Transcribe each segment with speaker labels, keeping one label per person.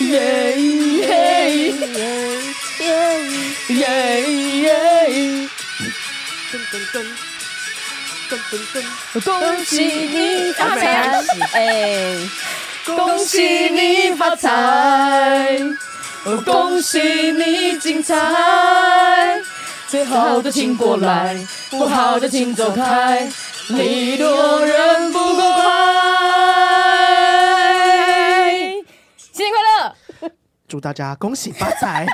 Speaker 1: 耶耶耶耶！恭喜你发财！哎，恭喜你发财！哦，恭喜你精彩！最好的请过来，不好的请走开，你落人不够快。
Speaker 2: 新年快乐！
Speaker 3: 祝大家恭喜发 财，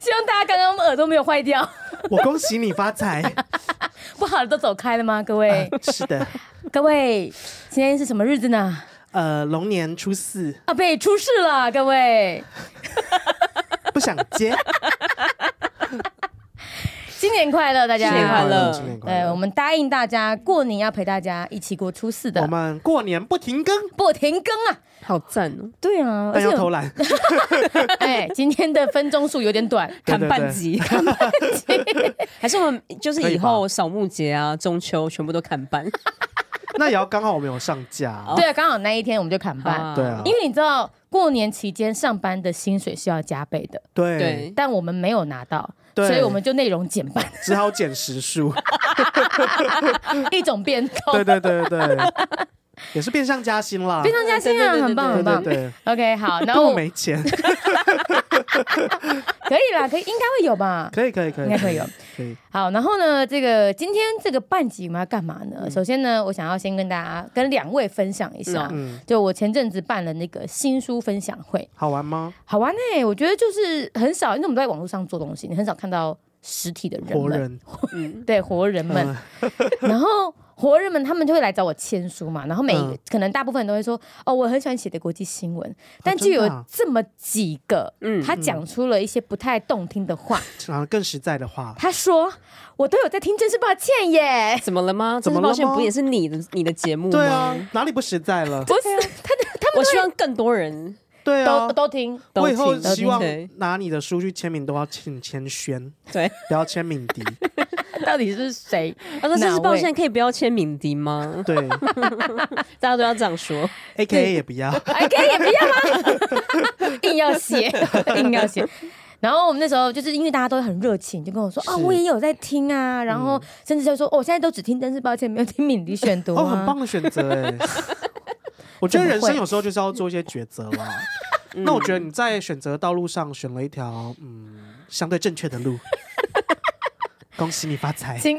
Speaker 2: 希望大家刚刚耳朵没有坏掉，
Speaker 3: 我恭喜你发财。
Speaker 2: 不好的都走开了吗？各 位，
Speaker 3: 是的，
Speaker 2: 各位，今天是什么日子呢？
Speaker 3: 呃，龙年初四
Speaker 2: 阿贝出事了，各位，
Speaker 3: 不想 接，
Speaker 2: 新年快乐，大家！
Speaker 1: 新年快乐
Speaker 3: 新年快
Speaker 2: 对，
Speaker 3: 乐
Speaker 2: 我。们答应大家过年要陪大家一起过初四
Speaker 3: 我
Speaker 2: 的，
Speaker 3: 们过年不停更，
Speaker 2: 不停更啊！
Speaker 1: 好赞哦，
Speaker 2: 对啊，而
Speaker 3: 但
Speaker 2: 且
Speaker 3: 又
Speaker 2: 我
Speaker 3: 偷懒，
Speaker 2: 哎，今天的分钟数有点短，
Speaker 3: 对
Speaker 1: 看
Speaker 3: 对
Speaker 1: 半 集，看半集， 还是我们就是
Speaker 3: 可以
Speaker 1: 以
Speaker 3: 吧
Speaker 1: 后扫墓节啊、中秋全部都看 半，
Speaker 3: 那也要刚好我们有上架。
Speaker 1: 哦
Speaker 2: 对，啊刚好那一天我们就砍半，
Speaker 3: 对啊
Speaker 2: 因为你知道过年期间上班的薪水是要加倍的，
Speaker 3: 对，
Speaker 1: 对，
Speaker 2: 但我们没有拿到，
Speaker 3: 对
Speaker 2: 所以我们就内容减半，
Speaker 3: 只好减 时数。
Speaker 2: 哦一种变动。
Speaker 3: 对对对对 对，也是变相加薪啦
Speaker 2: 非。常加薪啊，
Speaker 1: 对对对对
Speaker 2: 很棒
Speaker 3: 对
Speaker 2: 很
Speaker 3: 对
Speaker 2: 棒。
Speaker 3: 对，
Speaker 2: OK，好， 然
Speaker 3: 但
Speaker 2: 后
Speaker 3: 我没钱，
Speaker 2: 可以啦，可以，应该会有吧。
Speaker 3: 可以可以可以，
Speaker 2: 应该会有。
Speaker 3: 可以，
Speaker 2: 好，然后呢，这个今天这个半集我们要干嘛
Speaker 3: 嗯
Speaker 2: 呢？首先呢，我想要先跟大家跟两位分享一下，
Speaker 3: 嗯，
Speaker 2: 就我前阵子办了那个新书分享会，
Speaker 3: 好玩吗？
Speaker 2: 好玩呢、欸我觉得就是很少，因为我们都在网络上做东西，你很少看到实体的人
Speaker 3: 活
Speaker 2: 们，
Speaker 3: 人，
Speaker 1: 嗯，
Speaker 2: 对活人们，
Speaker 3: 嗯
Speaker 2: 然后活人们他们就会来找我签书嘛，然后每、
Speaker 3: 嗯
Speaker 2: 可能大部分人都会说，哦，我很喜欢写的国际新闻，但就
Speaker 3: 真的
Speaker 2: 有
Speaker 3: 啊
Speaker 2: 这么几个，
Speaker 1: 嗯
Speaker 2: 他讲出了一些不太动听的话，
Speaker 3: 然后更实在的话，
Speaker 2: 他说我都有在听，真是抱歉耶。
Speaker 1: 怎么了吗？
Speaker 3: 怎么了
Speaker 1: 抱
Speaker 3: 吗
Speaker 1: 歉，不也是你的你的节目吗？
Speaker 3: 对啊，哪里不实在了？
Speaker 2: 不是他他
Speaker 1: 我希望更多 人
Speaker 3: 对啊
Speaker 2: 都，都听，
Speaker 1: 都
Speaker 3: 我以后
Speaker 1: 听
Speaker 3: 希望
Speaker 1: 对
Speaker 3: 拿你的书去签名，都要请签轩，
Speaker 1: 对。
Speaker 3: 不要签敏 迪。
Speaker 2: 到底是谁？
Speaker 1: 他说：“真是
Speaker 2: 哪
Speaker 1: 抱
Speaker 2: 位
Speaker 1: 歉，可以不要签名迪吗？
Speaker 3: 对
Speaker 1: 大家都要这样 说。
Speaker 3: ，A K A 也 不要。
Speaker 2: 哎，可以也不要吗？硬要写， 硬要写。然后我们那时候就是因为大家都很热情，就跟我说：“哦，
Speaker 3: 是
Speaker 2: 我也有在听啊。”然后甚至就说：“哦，我现在都只听，真是抱歉，没有听敏迪选读、啊。
Speaker 3: 哦，很棒的选 择哎。我觉得人
Speaker 2: 怎么
Speaker 3: 生
Speaker 2: 会
Speaker 3: 有时候就是要做一些抉择啦。那
Speaker 2: 嗯
Speaker 3: 我觉得你在选择道路上选了一条嗯相对正确 的路，恭喜你发财，
Speaker 2: 请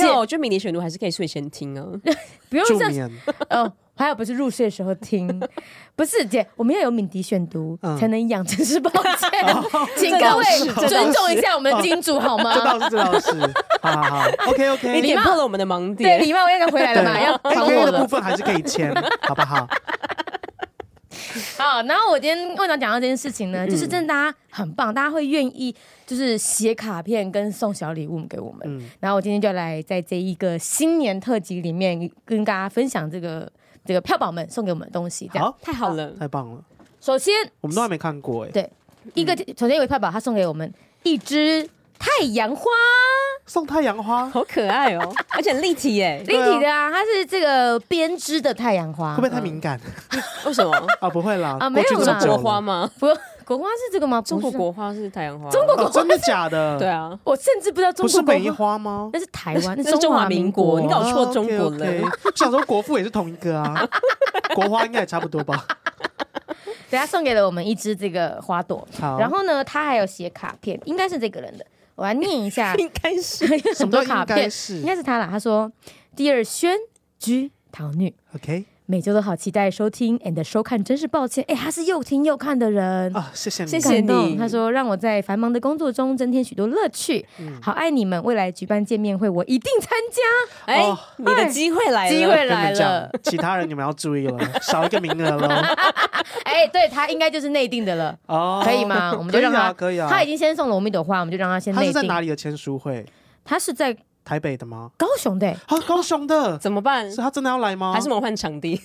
Speaker 1: 有，我觉得迷你选读还是可以睡前听啊。
Speaker 2: 不用
Speaker 3: 助
Speaker 2: 这样
Speaker 3: 眠。
Speaker 2: 哦。还有不是入睡的时候听， 不是姐，我们要有敏迪选读、
Speaker 3: 嗯
Speaker 2: 才能养成是抱歉， 请
Speaker 1: 这
Speaker 2: 各
Speaker 1: 倒
Speaker 2: 位
Speaker 1: 是这倒
Speaker 2: 尊重一下我们的金主好吗？
Speaker 3: 哦这倒是，这倒 是，好好好，OK
Speaker 1: 你
Speaker 3: OK。
Speaker 1: 点破了我们的盲
Speaker 2: 对，
Speaker 1: 点。
Speaker 2: 礼貌我要回来了嘛，要还
Speaker 3: A
Speaker 2: 我
Speaker 3: K A
Speaker 2: 了
Speaker 3: 的部。分还是可 以签，好不好？
Speaker 2: 好，然后我今天为什么讲到这件事情呢？就是真的大家很棒，大家会愿意就是写卡片跟送小礼物给我们。
Speaker 3: 嗯
Speaker 2: 然后我今天就来在这一个新年特辑里面跟大家分享这个这个票宝们送给我们的东西。这样
Speaker 3: 好
Speaker 2: 太
Speaker 1: 好，了，
Speaker 3: 太棒了，
Speaker 2: 首先
Speaker 3: 我们都还没看过哎，
Speaker 2: 对一个，首先有一票宝他送给我们一支太阳花
Speaker 3: 送太阳花会
Speaker 1: 好可爱哦，而且很立体耶。
Speaker 2: 立体的啊，它是这个编织的太阳花
Speaker 3: 不。会太敏感
Speaker 1: 为 什么？
Speaker 3: 啊？不会啦，
Speaker 2: 啊
Speaker 3: 过去
Speaker 2: 没有
Speaker 3: 这
Speaker 2: 啦
Speaker 3: 么久
Speaker 1: 国
Speaker 3: 了
Speaker 1: 花吗？
Speaker 2: 不，国花是这个吗？
Speaker 1: 中国
Speaker 2: 不是，
Speaker 1: 国花是太阳花。
Speaker 2: 中国国
Speaker 3: 哦
Speaker 2: 花
Speaker 3: 真的假 的？
Speaker 1: 对，啊，
Speaker 2: 我甚至不知道中
Speaker 3: 不
Speaker 2: 国
Speaker 3: 是
Speaker 2: 国
Speaker 3: 梅
Speaker 2: 花，
Speaker 3: 花吗？
Speaker 2: 那是台湾，
Speaker 1: 那
Speaker 2: 那
Speaker 1: 是
Speaker 2: 是中
Speaker 1: 中华
Speaker 2: 华
Speaker 1: 民
Speaker 2: 民
Speaker 1: 国
Speaker 2: 国。
Speaker 1: 你
Speaker 3: 哦
Speaker 1: 搞错中国了，
Speaker 3: OK，OK 我想说国父也是同一 个啊，国花应该也差不多吧。
Speaker 2: 等下送给了我们一支这个花朵，
Speaker 3: 好，
Speaker 2: 然后呢，他还有写卡片，应该是这个人的，我来念一下
Speaker 1: 应该是
Speaker 3: 什
Speaker 2: 很
Speaker 3: 么叫
Speaker 2: 多卡
Speaker 3: 应该
Speaker 2: 片，
Speaker 3: 是
Speaker 2: 应该是他啦。他说：“第二轩居桃女，
Speaker 3: OK
Speaker 2: 每周都好期待收听 and 收看，真是抱歉，哎，他是又听又看的人。
Speaker 3: 啊，谢谢你，
Speaker 1: 谢谢
Speaker 2: 感动，
Speaker 1: 你
Speaker 2: 他说让我在繁忙的工作中增添许多乐趣，好爱你们！未来举办见面会，我一定参加，
Speaker 1: 哎
Speaker 3: 哦，
Speaker 1: 你的机会来了，
Speaker 2: 机会
Speaker 3: 跟你
Speaker 2: 来
Speaker 3: 们
Speaker 2: 了
Speaker 3: 讲。，其他人你们要注 意了，少一个名额喽。
Speaker 2: 哎，对他应该就是内定的了，
Speaker 3: 哦，
Speaker 2: 可以吗？我们就
Speaker 3: 可以
Speaker 2: 让
Speaker 3: 啊，
Speaker 2: 他，
Speaker 3: 可以啊。
Speaker 2: 他已经先送了我们一朵花，我们就让他先
Speaker 3: 他
Speaker 2: 内
Speaker 3: 是在
Speaker 2: 定。
Speaker 3: 哪里的签书会？
Speaker 2: 他是在
Speaker 3: 台北的吗？
Speaker 2: 高雄 的，
Speaker 3: 啊，高雄的，
Speaker 1: 怎么办
Speaker 3: 是？他真的要来吗？
Speaker 1: 还是我啊们换场 地？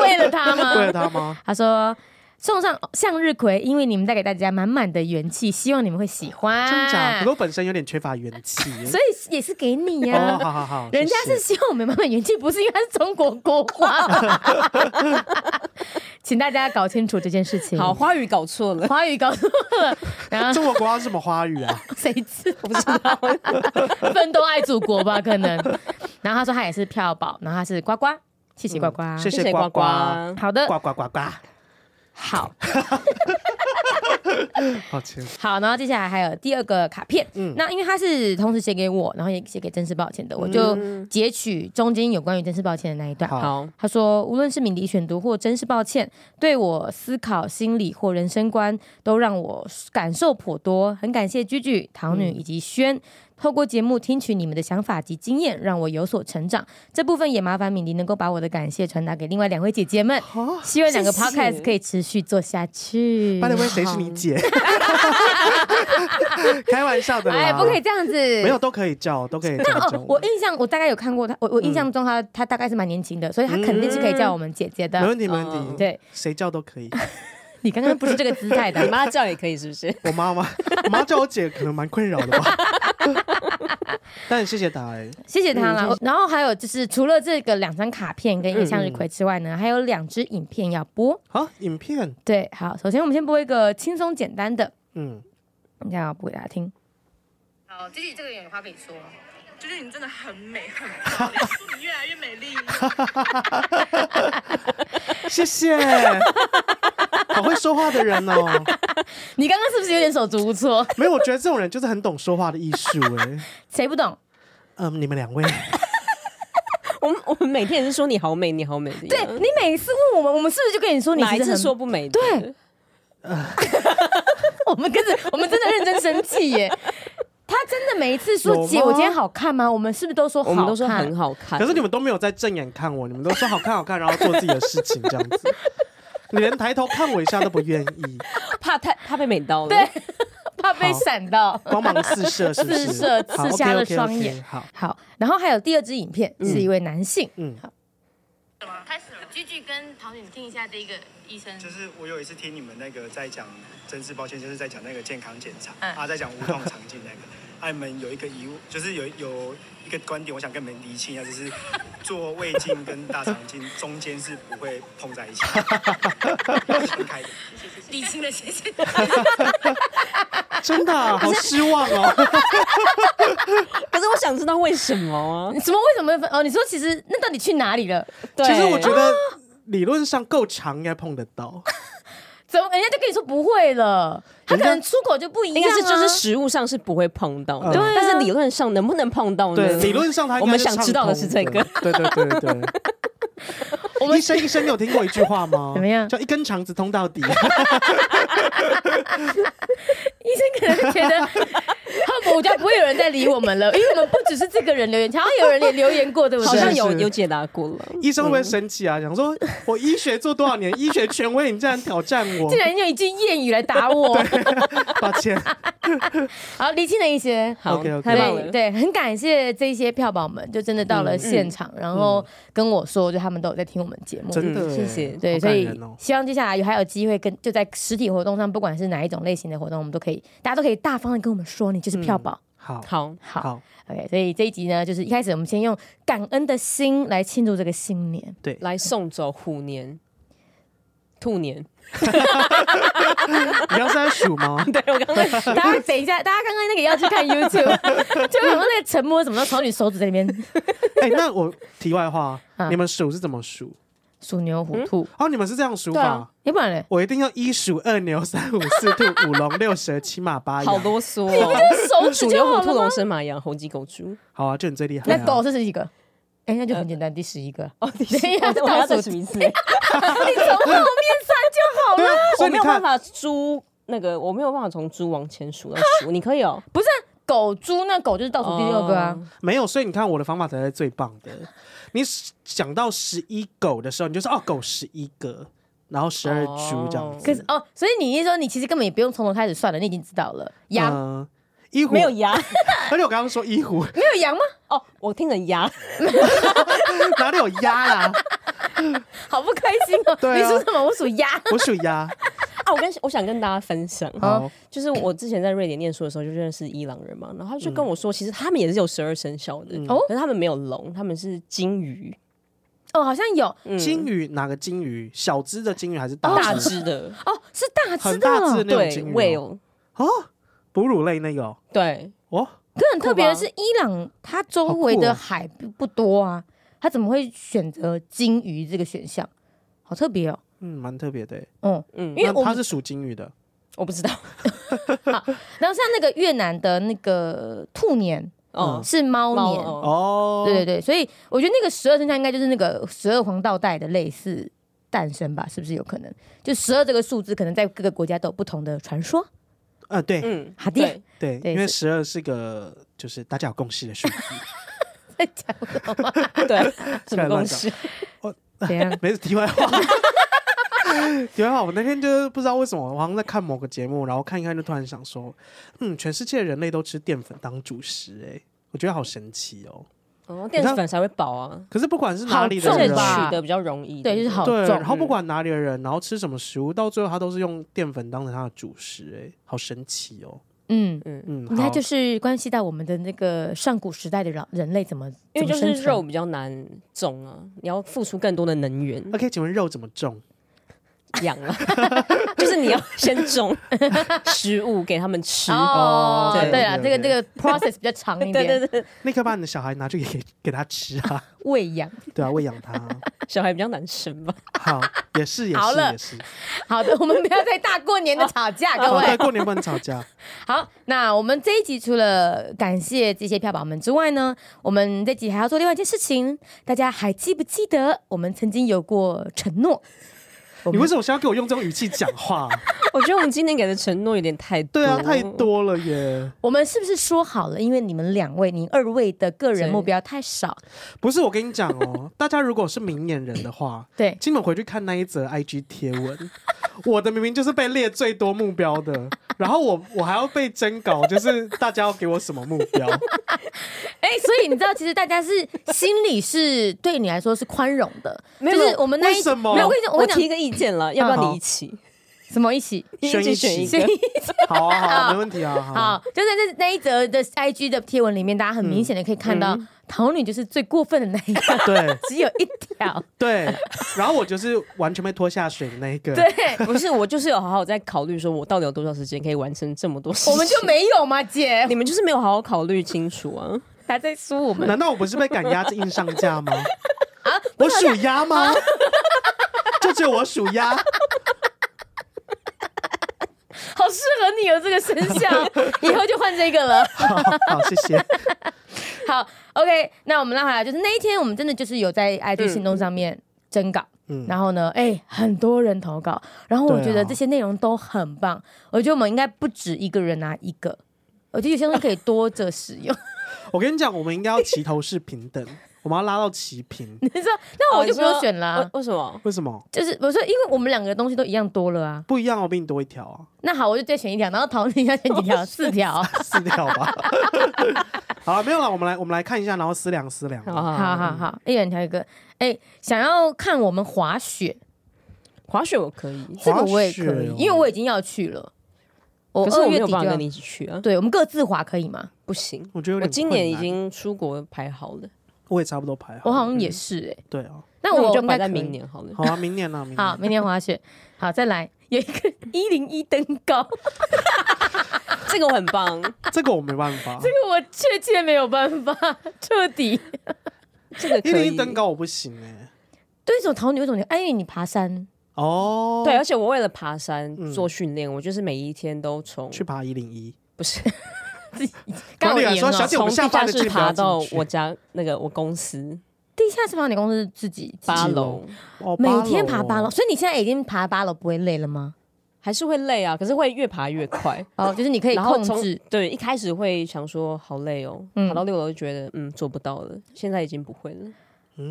Speaker 2: 为了他吗？
Speaker 3: 为了他吗？
Speaker 2: 他说。送上向日葵，因为你们带给大家满满的元气，希望你们会喜欢。
Speaker 3: 真假？可是我本身有点缺乏元气，
Speaker 2: 啊所以也是给你呀、
Speaker 3: 哦，好好好，
Speaker 2: 人家
Speaker 3: 谢
Speaker 2: 是
Speaker 3: 谢
Speaker 2: 希望我们满满元气，不是因为它是中国国花。 请大家搞清楚这件事情。
Speaker 1: 好，，花语搞错了，
Speaker 2: 华语搞错 了，然后
Speaker 3: 中国国家是什么花语啊？
Speaker 2: 谁知
Speaker 1: 我不知道。
Speaker 2: 奋斗爱祖国 吧？可能。然后他说他也是票宝，然后他是呱呱，谢谢呱呱，
Speaker 3: 嗯谢
Speaker 1: 谢谢
Speaker 3: 呱
Speaker 1: 呱呱
Speaker 2: 好的，
Speaker 3: 呱呱呱呱，
Speaker 2: 好
Speaker 3: 抱歉，
Speaker 2: 好，然后接下来还有第二个卡片，
Speaker 3: 嗯
Speaker 2: 那因为他是同时写给我，然后也写给真实抱歉的，我就
Speaker 3: 嗯
Speaker 2: 截取中间有关于真实抱歉的那一段。
Speaker 3: 好
Speaker 1: 好，
Speaker 2: 他说，无论是敏迪选读或真是抱歉，对我思考、心理或人生观都让我感受颇多。很感谢居居、桃
Speaker 3: 嗯
Speaker 2: 女以及轩，透过节目听取你们的想法及经验，让我有所成长。这部分也麻烦敏迪能够把我的感谢传达给另外两位姐姐们，
Speaker 3: 啊
Speaker 2: 希望两个
Speaker 1: 谢谢
Speaker 2: podcast 可以持续做下去
Speaker 3: 拜。托，谁是你 姐？开玩笑的啦，
Speaker 2: 哎，不可以，这样子，
Speaker 3: 没有都可以叫，都可以叫
Speaker 2: 哦。 我印象，我大概有看过他，我我印
Speaker 3: 嗯
Speaker 2: 象中他他大概是蛮年轻的，所以他肯定是可以叫我们姐姐
Speaker 3: 没
Speaker 2: 的。
Speaker 3: 问题，没问题，，
Speaker 2: 嗯对
Speaker 3: 谁叫都可以。
Speaker 2: 你刚刚不是这个姿态的
Speaker 1: 你，妈叫也可以是不是？
Speaker 3: 我妈妈， 我妈叫我姐可能蛮困扰的吧。但谢谢达哎，
Speaker 1: 嗯
Speaker 2: 谢谢他啦。然后还有就是，向日葵之外除了这个两张卡片跟一个向
Speaker 1: 嗯
Speaker 2: 日葵之外呢，还有两支影片要播。
Speaker 3: 好，影片，
Speaker 2: 对，好，首先我们先播一个轻松简单的，
Speaker 3: 嗯，
Speaker 2: 你看我播给大家听。
Speaker 4: 好，这里这个有话可以说。
Speaker 5: 就是你真的很美，很漂亮，祝你越来越美丽。
Speaker 3: 谢谢，好会说话的人哦。
Speaker 2: 你刚刚是不是有点手足无 措？
Speaker 3: 没有，我觉得这种人就是很懂说话的艺术哎。
Speaker 2: 谁不懂？
Speaker 3: 嗯，你们两位，
Speaker 1: 我们我们每天也是说你好美，你好美的。
Speaker 2: 对，你每次问我们，我们是不是就跟你说你
Speaker 1: 嗯哪
Speaker 2: 其
Speaker 1: 一
Speaker 2: 实
Speaker 1: 次
Speaker 2: 很
Speaker 1: 说？不美的？
Speaker 2: 对， 我们跟着，我们真的认真生气耶。他真的每一次
Speaker 3: 有
Speaker 2: 说
Speaker 3: 吗
Speaker 2: 姐，我今天好看吗？我们是不是都说好
Speaker 1: 我
Speaker 2: 看？
Speaker 1: 们都说很好
Speaker 2: 啊
Speaker 1: 看。
Speaker 3: 可是你们都没有在正眼看我，你们都说好看好看，然后做自己的事情这样 子，你连抬头看我一下都不愿意，
Speaker 1: 怕太怕被美到了。
Speaker 2: 对，怕被
Speaker 3: 好
Speaker 2: 闪到。
Speaker 3: 光芒四射是不是？
Speaker 2: 四射
Speaker 3: 好
Speaker 2: 刺瞎了
Speaker 3: OK，OK，OK，
Speaker 2: 双眼
Speaker 3: 好，
Speaker 2: 好，然后还有第二支影片是一位男性，
Speaker 3: 嗯，
Speaker 4: 开始了，居居跟桃女，你听一下这一个医生。
Speaker 6: 就是我有一次听你们那个在讲，真是抱歉，就是在讲那个健康检查，
Speaker 4: 嗯
Speaker 6: 啊，在讲无痛肠镜那个。 啊，你们有一个疑问，就是有有一个观点，我想跟你们厘清一下，就是做胃镜跟大肠镜中间是不会碰在一起的，分开的。
Speaker 4: 理清了，谢 谢。
Speaker 3: 真的啊好失 望哦。
Speaker 1: 可是我想知道为什么啊？
Speaker 2: 什么为什么会分？哦，你说其实那到底去哪里了？
Speaker 1: 对
Speaker 3: 其实我觉得理论上够长应该碰得到，
Speaker 2: 怎么人家就跟你说不会了？他可能
Speaker 3: 人
Speaker 2: 出口就不一样、
Speaker 1: 应
Speaker 2: 啊，
Speaker 1: 该是就是食物上是不会碰到的，
Speaker 3: 对啊
Speaker 1: 但是理论上能不能碰到呢？
Speaker 3: 对，理论上它应
Speaker 1: 我
Speaker 3: 该
Speaker 1: 们
Speaker 3: 是
Speaker 1: 想知道的是
Speaker 3: 畅
Speaker 1: 这
Speaker 3: 通
Speaker 1: 个
Speaker 3: 的，对对对对对。
Speaker 2: 我们
Speaker 3: 医生医生，你有听过一句话吗？
Speaker 2: 怎么样
Speaker 3: 叫一根肠子通到底。啊
Speaker 2: 医生可能觉得他们我家不会有人再理我们了，因为我们不只是这个人留言，好像有人也留言过，对不对？
Speaker 1: 好像
Speaker 3: 是
Speaker 1: 有有解答过了。
Speaker 3: 医生会不会生气啊？想说我医学做多少年，医学权威，你竟然挑战我
Speaker 2: 竟？然用一句谚语来打我，
Speaker 3: 抱歉。
Speaker 2: 好，理清了一些。
Speaker 1: 好
Speaker 3: OK，OK
Speaker 1: 太棒了
Speaker 2: 对。对，很感谢这些票宝们，就真的到了现场，然后跟我说，就他们都有在听我们节目，
Speaker 3: 真的
Speaker 1: 嗯
Speaker 3: 耶
Speaker 1: 谢谢
Speaker 2: 对，
Speaker 3: 好
Speaker 2: 所
Speaker 3: 感
Speaker 2: 以
Speaker 3: 人哦
Speaker 2: 希望接下来有还有机会跟就在实体活动上，不管是哪一种类型的活动，我们都可以，大家都可以大方的跟我们说，你就是票宝。
Speaker 3: 好
Speaker 1: 好，
Speaker 2: 好
Speaker 3: 嗯好
Speaker 2: o k 所以这一集呢，就是一开始我们先用感恩的心来庆祝这个新 年。
Speaker 3: 对，
Speaker 1: 来送走虎年、兔年。
Speaker 3: 你刚刚是在数吗？
Speaker 1: 对我刚才
Speaker 2: 大家等一下，大家刚刚那个要去看 YouTube，就有那个沉默，怎么都从你手指在里面
Speaker 3: 哎，那我题外话
Speaker 2: 啊，
Speaker 3: 你们数是怎么数？
Speaker 2: 鼠牛虎兔，
Speaker 3: 哦，你们是这样数
Speaker 1: 对
Speaker 3: 法
Speaker 1: 啊？
Speaker 2: 要不然嘞，
Speaker 3: 我一定要一数二牛三虎四兔五龙六蛇七马八
Speaker 1: 好
Speaker 3: 羊。
Speaker 1: 啰嗦哦。
Speaker 2: 手指
Speaker 1: 鼠
Speaker 2: 就
Speaker 1: 牛
Speaker 2: 好了
Speaker 1: 虎兔
Speaker 2: 吗
Speaker 1: 龙？蛇马羊猴鸡狗猪。
Speaker 3: 好啊，就你最厉害
Speaker 2: 那
Speaker 3: 啊。
Speaker 2: 狗是十几个？哎，那就很简单，第十一个。
Speaker 1: 哦，第
Speaker 2: 等一下
Speaker 1: 我要
Speaker 2: 倒数
Speaker 1: 再数一次。我
Speaker 2: 你从后面算就好了。
Speaker 3: 对啊，所以
Speaker 1: 没
Speaker 3: 你
Speaker 1: 有办
Speaker 3: 看，
Speaker 1: 法猪那个，我没有办法从猪往前数到数。你可以哦。
Speaker 2: 不是啊狗猪，那狗就是倒数第六个啊。
Speaker 3: 没有，所以你看我的方法才是最棒的。你想到十一狗的时候，你就说哦，狗十一个，然后十二猪这样
Speaker 1: 哦
Speaker 3: 子。嗯
Speaker 2: 可是哦，所以你意思说你其实根本也不用从头开始算了，你已经知道了。羊、
Speaker 3: 嗯，一虎
Speaker 1: 没有牙
Speaker 3: 而且我刚刚说一虎，
Speaker 2: 没有羊吗？
Speaker 1: 哦，我听成 啊牙，
Speaker 3: 哪里有鸭啦？
Speaker 2: 好不开心哦！
Speaker 3: 对啊
Speaker 2: 你属什么？我属鸭。
Speaker 3: 我属鸭。
Speaker 1: 啊，我跟我想跟大家分享，哦
Speaker 3: 好，
Speaker 1: 就是我之前在瑞典念书的时候就认识伊朗人嘛，然后他就跟我说，其实他们也是有十二生肖的，
Speaker 2: 哦
Speaker 1: 可是他们没有龙，他们是金鱼。
Speaker 2: 哦，好像有
Speaker 1: 嗯
Speaker 3: 金鱼哪个金鱼？小只的金鱼还是大
Speaker 1: 大
Speaker 3: 只？
Speaker 1: 只的，
Speaker 2: 哦，是大只
Speaker 3: 很
Speaker 2: 的
Speaker 3: 大
Speaker 2: 哦，
Speaker 3: 只的那种
Speaker 1: 哦对
Speaker 3: 金鱼哦。
Speaker 1: ，whale，
Speaker 3: 啊，哺乳类那个哦
Speaker 1: 对，
Speaker 3: 哦，
Speaker 2: 可很特别的
Speaker 1: 酷吧
Speaker 2: 是，伊朗它周围的
Speaker 3: 好酷哦
Speaker 2: 海不不多啊，它怎么会选择金鱼这个选项？好特别哦。
Speaker 3: 嗯，蛮特别的欸。
Speaker 2: 嗯，
Speaker 1: 嗯
Speaker 2: 因，为
Speaker 3: 那
Speaker 2: 我们
Speaker 3: 它是属金鱼的，
Speaker 1: 我不知道，
Speaker 2: 然后像那个越南的那个兔年
Speaker 3: 嗯
Speaker 1: 哦，
Speaker 2: 是猫
Speaker 1: 猫
Speaker 2: 年，
Speaker 1: 哦，
Speaker 3: 哦，
Speaker 2: 对对对，所以我觉得那个十二生肖应该就是那个十二黄道带的类似诞生吧，是不是有可能？就十二这个数字，可能在各个国家都有不同的传说。
Speaker 3: 啊，对
Speaker 1: 嗯，
Speaker 2: 好的
Speaker 1: 对，
Speaker 3: 对，
Speaker 2: 对
Speaker 3: 因为
Speaker 2: 是
Speaker 3: 十二是个就是大家有共识的数字，
Speaker 2: 在讲不懂啊
Speaker 1: 对，什
Speaker 3: 乱
Speaker 1: 么公
Speaker 3: 搞
Speaker 1: 式？
Speaker 2: 怎样？
Speaker 3: 没事，题外话。 题外话，我那天就是不知道为什么，我好像在看某个节目，然后看一看就突然想说，嗯，全世界人类都吃淀粉当主食、欸，我觉得好神奇哦。
Speaker 1: 哦，淀粉才会饱啊，
Speaker 3: 可是不管是哪里的
Speaker 2: 好
Speaker 1: 而且
Speaker 2: 重
Speaker 3: 人，啊
Speaker 2: 吧
Speaker 1: 取得比较容易，
Speaker 2: 对，就是好
Speaker 3: 对，
Speaker 2: 重嗯
Speaker 3: 然。后不管哪里的人，然后吃什么食物，到最后他都是用淀粉当成他的主食、欸，好神奇哦。
Speaker 2: 嗯，
Speaker 1: 嗯，
Speaker 3: 嗯，
Speaker 2: 应该
Speaker 3: 好
Speaker 2: 就是关系到我们的那个上古时代的人人类怎么，
Speaker 1: 因为就
Speaker 2: 怎么
Speaker 1: 是
Speaker 2: 生存
Speaker 1: 肉比较难种啊，你要付出更多的能源
Speaker 3: ，OK，请问肉怎么种？
Speaker 1: 养啊，就是你要先 种食物给他们吃，
Speaker 2: 哦，
Speaker 1: 对
Speaker 2: 对啊，这
Speaker 3: 对
Speaker 2: 个这个 process 比较长一点，
Speaker 1: 对对对，
Speaker 3: 那可以把你的小孩拿去给给他吃啊，
Speaker 2: 喂养。
Speaker 3: 对啊，喂养他。
Speaker 1: 小孩比较难生吧，
Speaker 3: 好，也是也
Speaker 2: 好
Speaker 3: 是
Speaker 2: 了
Speaker 3: 也是，
Speaker 2: 好的，我们不要在大过年
Speaker 1: 哦
Speaker 2: 的吵架，各
Speaker 3: 好
Speaker 2: 位
Speaker 3: 对，。过年不能吵架。
Speaker 2: 好，那我们这一集除了感谢这些票宝们之外呢，我们这集还要做另外一件事情。大家还记不记得我们曾经有过承诺？ 我
Speaker 3: 你
Speaker 2: 们
Speaker 3: 为什么想要给我用这种语气讲话？啊
Speaker 1: 我觉得我们今天给的承诺有点太多，
Speaker 3: 对啊，太多了耶！
Speaker 2: 我们是不是说好了？因为你们两位，你二位的个人
Speaker 1: 对
Speaker 2: 目标太少，
Speaker 3: 不是我跟你讲哦，大家如果是明眼人的话，
Speaker 2: 对，
Speaker 3: 今晚回去看那一则 IG 贴文， 我的明明就是被列最多目标的，然后我我还要被征稿，就是大家要给我什么目 标？
Speaker 2: 哎、所以你知道，其实大家是心里是对你来说是宽容的，
Speaker 1: 没
Speaker 2: 就
Speaker 1: 有
Speaker 2: 是我们那一
Speaker 3: 为什么
Speaker 2: 没有，我跟你讲，我
Speaker 1: 我
Speaker 2: 跟你讲，
Speaker 1: 提个意见了，要不要你一起？
Speaker 2: 什么一起？
Speaker 3: 选
Speaker 1: 一起
Speaker 3: 一
Speaker 1: 选
Speaker 3: 起
Speaker 1: 一个，
Speaker 3: 好啊好啊，没问题啊。好
Speaker 2: 好，就在那那一则的 IG 的贴文里面，大家很明显的可以看到，桃女就是最过分的那一个，
Speaker 3: 对
Speaker 2: 只有一条。
Speaker 3: 对，然后我就是完全被拖下水的那一个。
Speaker 2: 对，
Speaker 1: 不是，我就是有好好在考虑，说我到底有多少时间可以完成这么多事情。
Speaker 2: 我们就没有嘛，姐
Speaker 1: 你，们就是没有好好考虑清楚啊！
Speaker 2: 还在说我们
Speaker 3: 难道我不是被赶鸭子硬上架吗？我属鸭吗？ 就只有我属鸭，
Speaker 2: 好适合你有这个生 肖，以后就换这个了。
Speaker 3: 好好谢谢。
Speaker 2: 好，OK，那我们拉回来，就是那一天我们真的就是有在 IG 行动上面征稿。
Speaker 3: 嗯
Speaker 2: 然后呢？哎、很多人投稿，然后我
Speaker 3: 对啊
Speaker 2: 觉得这些内容都很棒，我觉得我们应该不止一个人拿一个，我觉得有些东西可以多着使用。
Speaker 3: 我跟你讲，我们应该要齐头是平等，我们要拉到齐平。
Speaker 2: 哦你说，那我就不用选啦、
Speaker 1: 为为什么？
Speaker 3: 为什么
Speaker 2: 就是我说，因为我们两个的东西都一样多了啊。
Speaker 3: 不一样？我比你多一条啊，
Speaker 2: 那好，我就再选一条，然后桃你要选几 条？四条。
Speaker 3: 四条吧。好了，没有了，我们来我们来看一下，然后思量思量。
Speaker 1: 好好嗯
Speaker 2: 好好好，一人挑一个。哎、想要看我们滑雪，
Speaker 1: 滑雪我可以，
Speaker 2: 这个我也
Speaker 3: 滑
Speaker 2: 可
Speaker 3: 雪
Speaker 2: 以，
Speaker 3: 哦
Speaker 2: 因为我已经要去了。我
Speaker 1: 可是
Speaker 2: 二
Speaker 1: 我没
Speaker 2: 月
Speaker 1: 有
Speaker 2: 底就
Speaker 1: 办法
Speaker 2: 要
Speaker 1: 跟你一。起去啊，
Speaker 2: 对，我们各自滑可以吗？
Speaker 1: 不行。
Speaker 3: 我觉得有
Speaker 1: 我
Speaker 3: 点
Speaker 1: 今年
Speaker 3: 困
Speaker 1: 已
Speaker 3: 难
Speaker 1: 经出国排好了，
Speaker 3: 我也差不多排好了。
Speaker 2: 我好像也是哎、
Speaker 3: 对啊。
Speaker 2: 那
Speaker 1: 哦嗯我
Speaker 2: 我
Speaker 1: 们就
Speaker 2: 应该
Speaker 1: 摆在
Speaker 2: 可以
Speaker 1: 明。年好了。
Speaker 3: 好啊，明年啊，明
Speaker 2: 好，
Speaker 3: 年。
Speaker 2: 明年滑雪。 好，再来有一个一零一登高，
Speaker 1: 这个我很棒，
Speaker 3: 这个我没办 法，
Speaker 2: 我确切没有办法， 彻底。
Speaker 1: 这个
Speaker 3: 一
Speaker 1: 可
Speaker 3: 零
Speaker 1: 以
Speaker 3: 一。登高我不行哎。
Speaker 2: 对，什么桃女？为什么你？哎，因为你爬山。啊
Speaker 3: 哦，
Speaker 1: 对，，而且我为了爬山
Speaker 3: 嗯
Speaker 1: 做训练，我就是每一天都从
Speaker 3: 去爬一零一。
Speaker 1: 不是
Speaker 2: 自己
Speaker 3: 管
Speaker 2: 告
Speaker 3: 理
Speaker 2: 赢
Speaker 3: 员说
Speaker 2: 哦
Speaker 3: 小姐我
Speaker 1: 从
Speaker 3: 们下
Speaker 1: 地
Speaker 3: 班
Speaker 1: 下
Speaker 3: 了
Speaker 1: 室
Speaker 3: 记得不要
Speaker 1: 爬到
Speaker 3: 进去
Speaker 1: 我家那个我公司
Speaker 2: 地下室房你公司自己
Speaker 1: 八
Speaker 2: 自己
Speaker 1: 楼，
Speaker 3: 哦，
Speaker 2: 每天
Speaker 3: 哦
Speaker 2: 爬八楼，。所以你现在已经爬八楼不会累了吗？
Speaker 1: 还是会累啊，可是会越爬越快。
Speaker 2: 哦，就是你可以
Speaker 1: 然后
Speaker 2: 控
Speaker 1: 从
Speaker 2: 制。
Speaker 1: 对，一开始会想说好累哦，
Speaker 2: 嗯
Speaker 1: 爬到六楼就觉得嗯做不到了，现在已经不会了。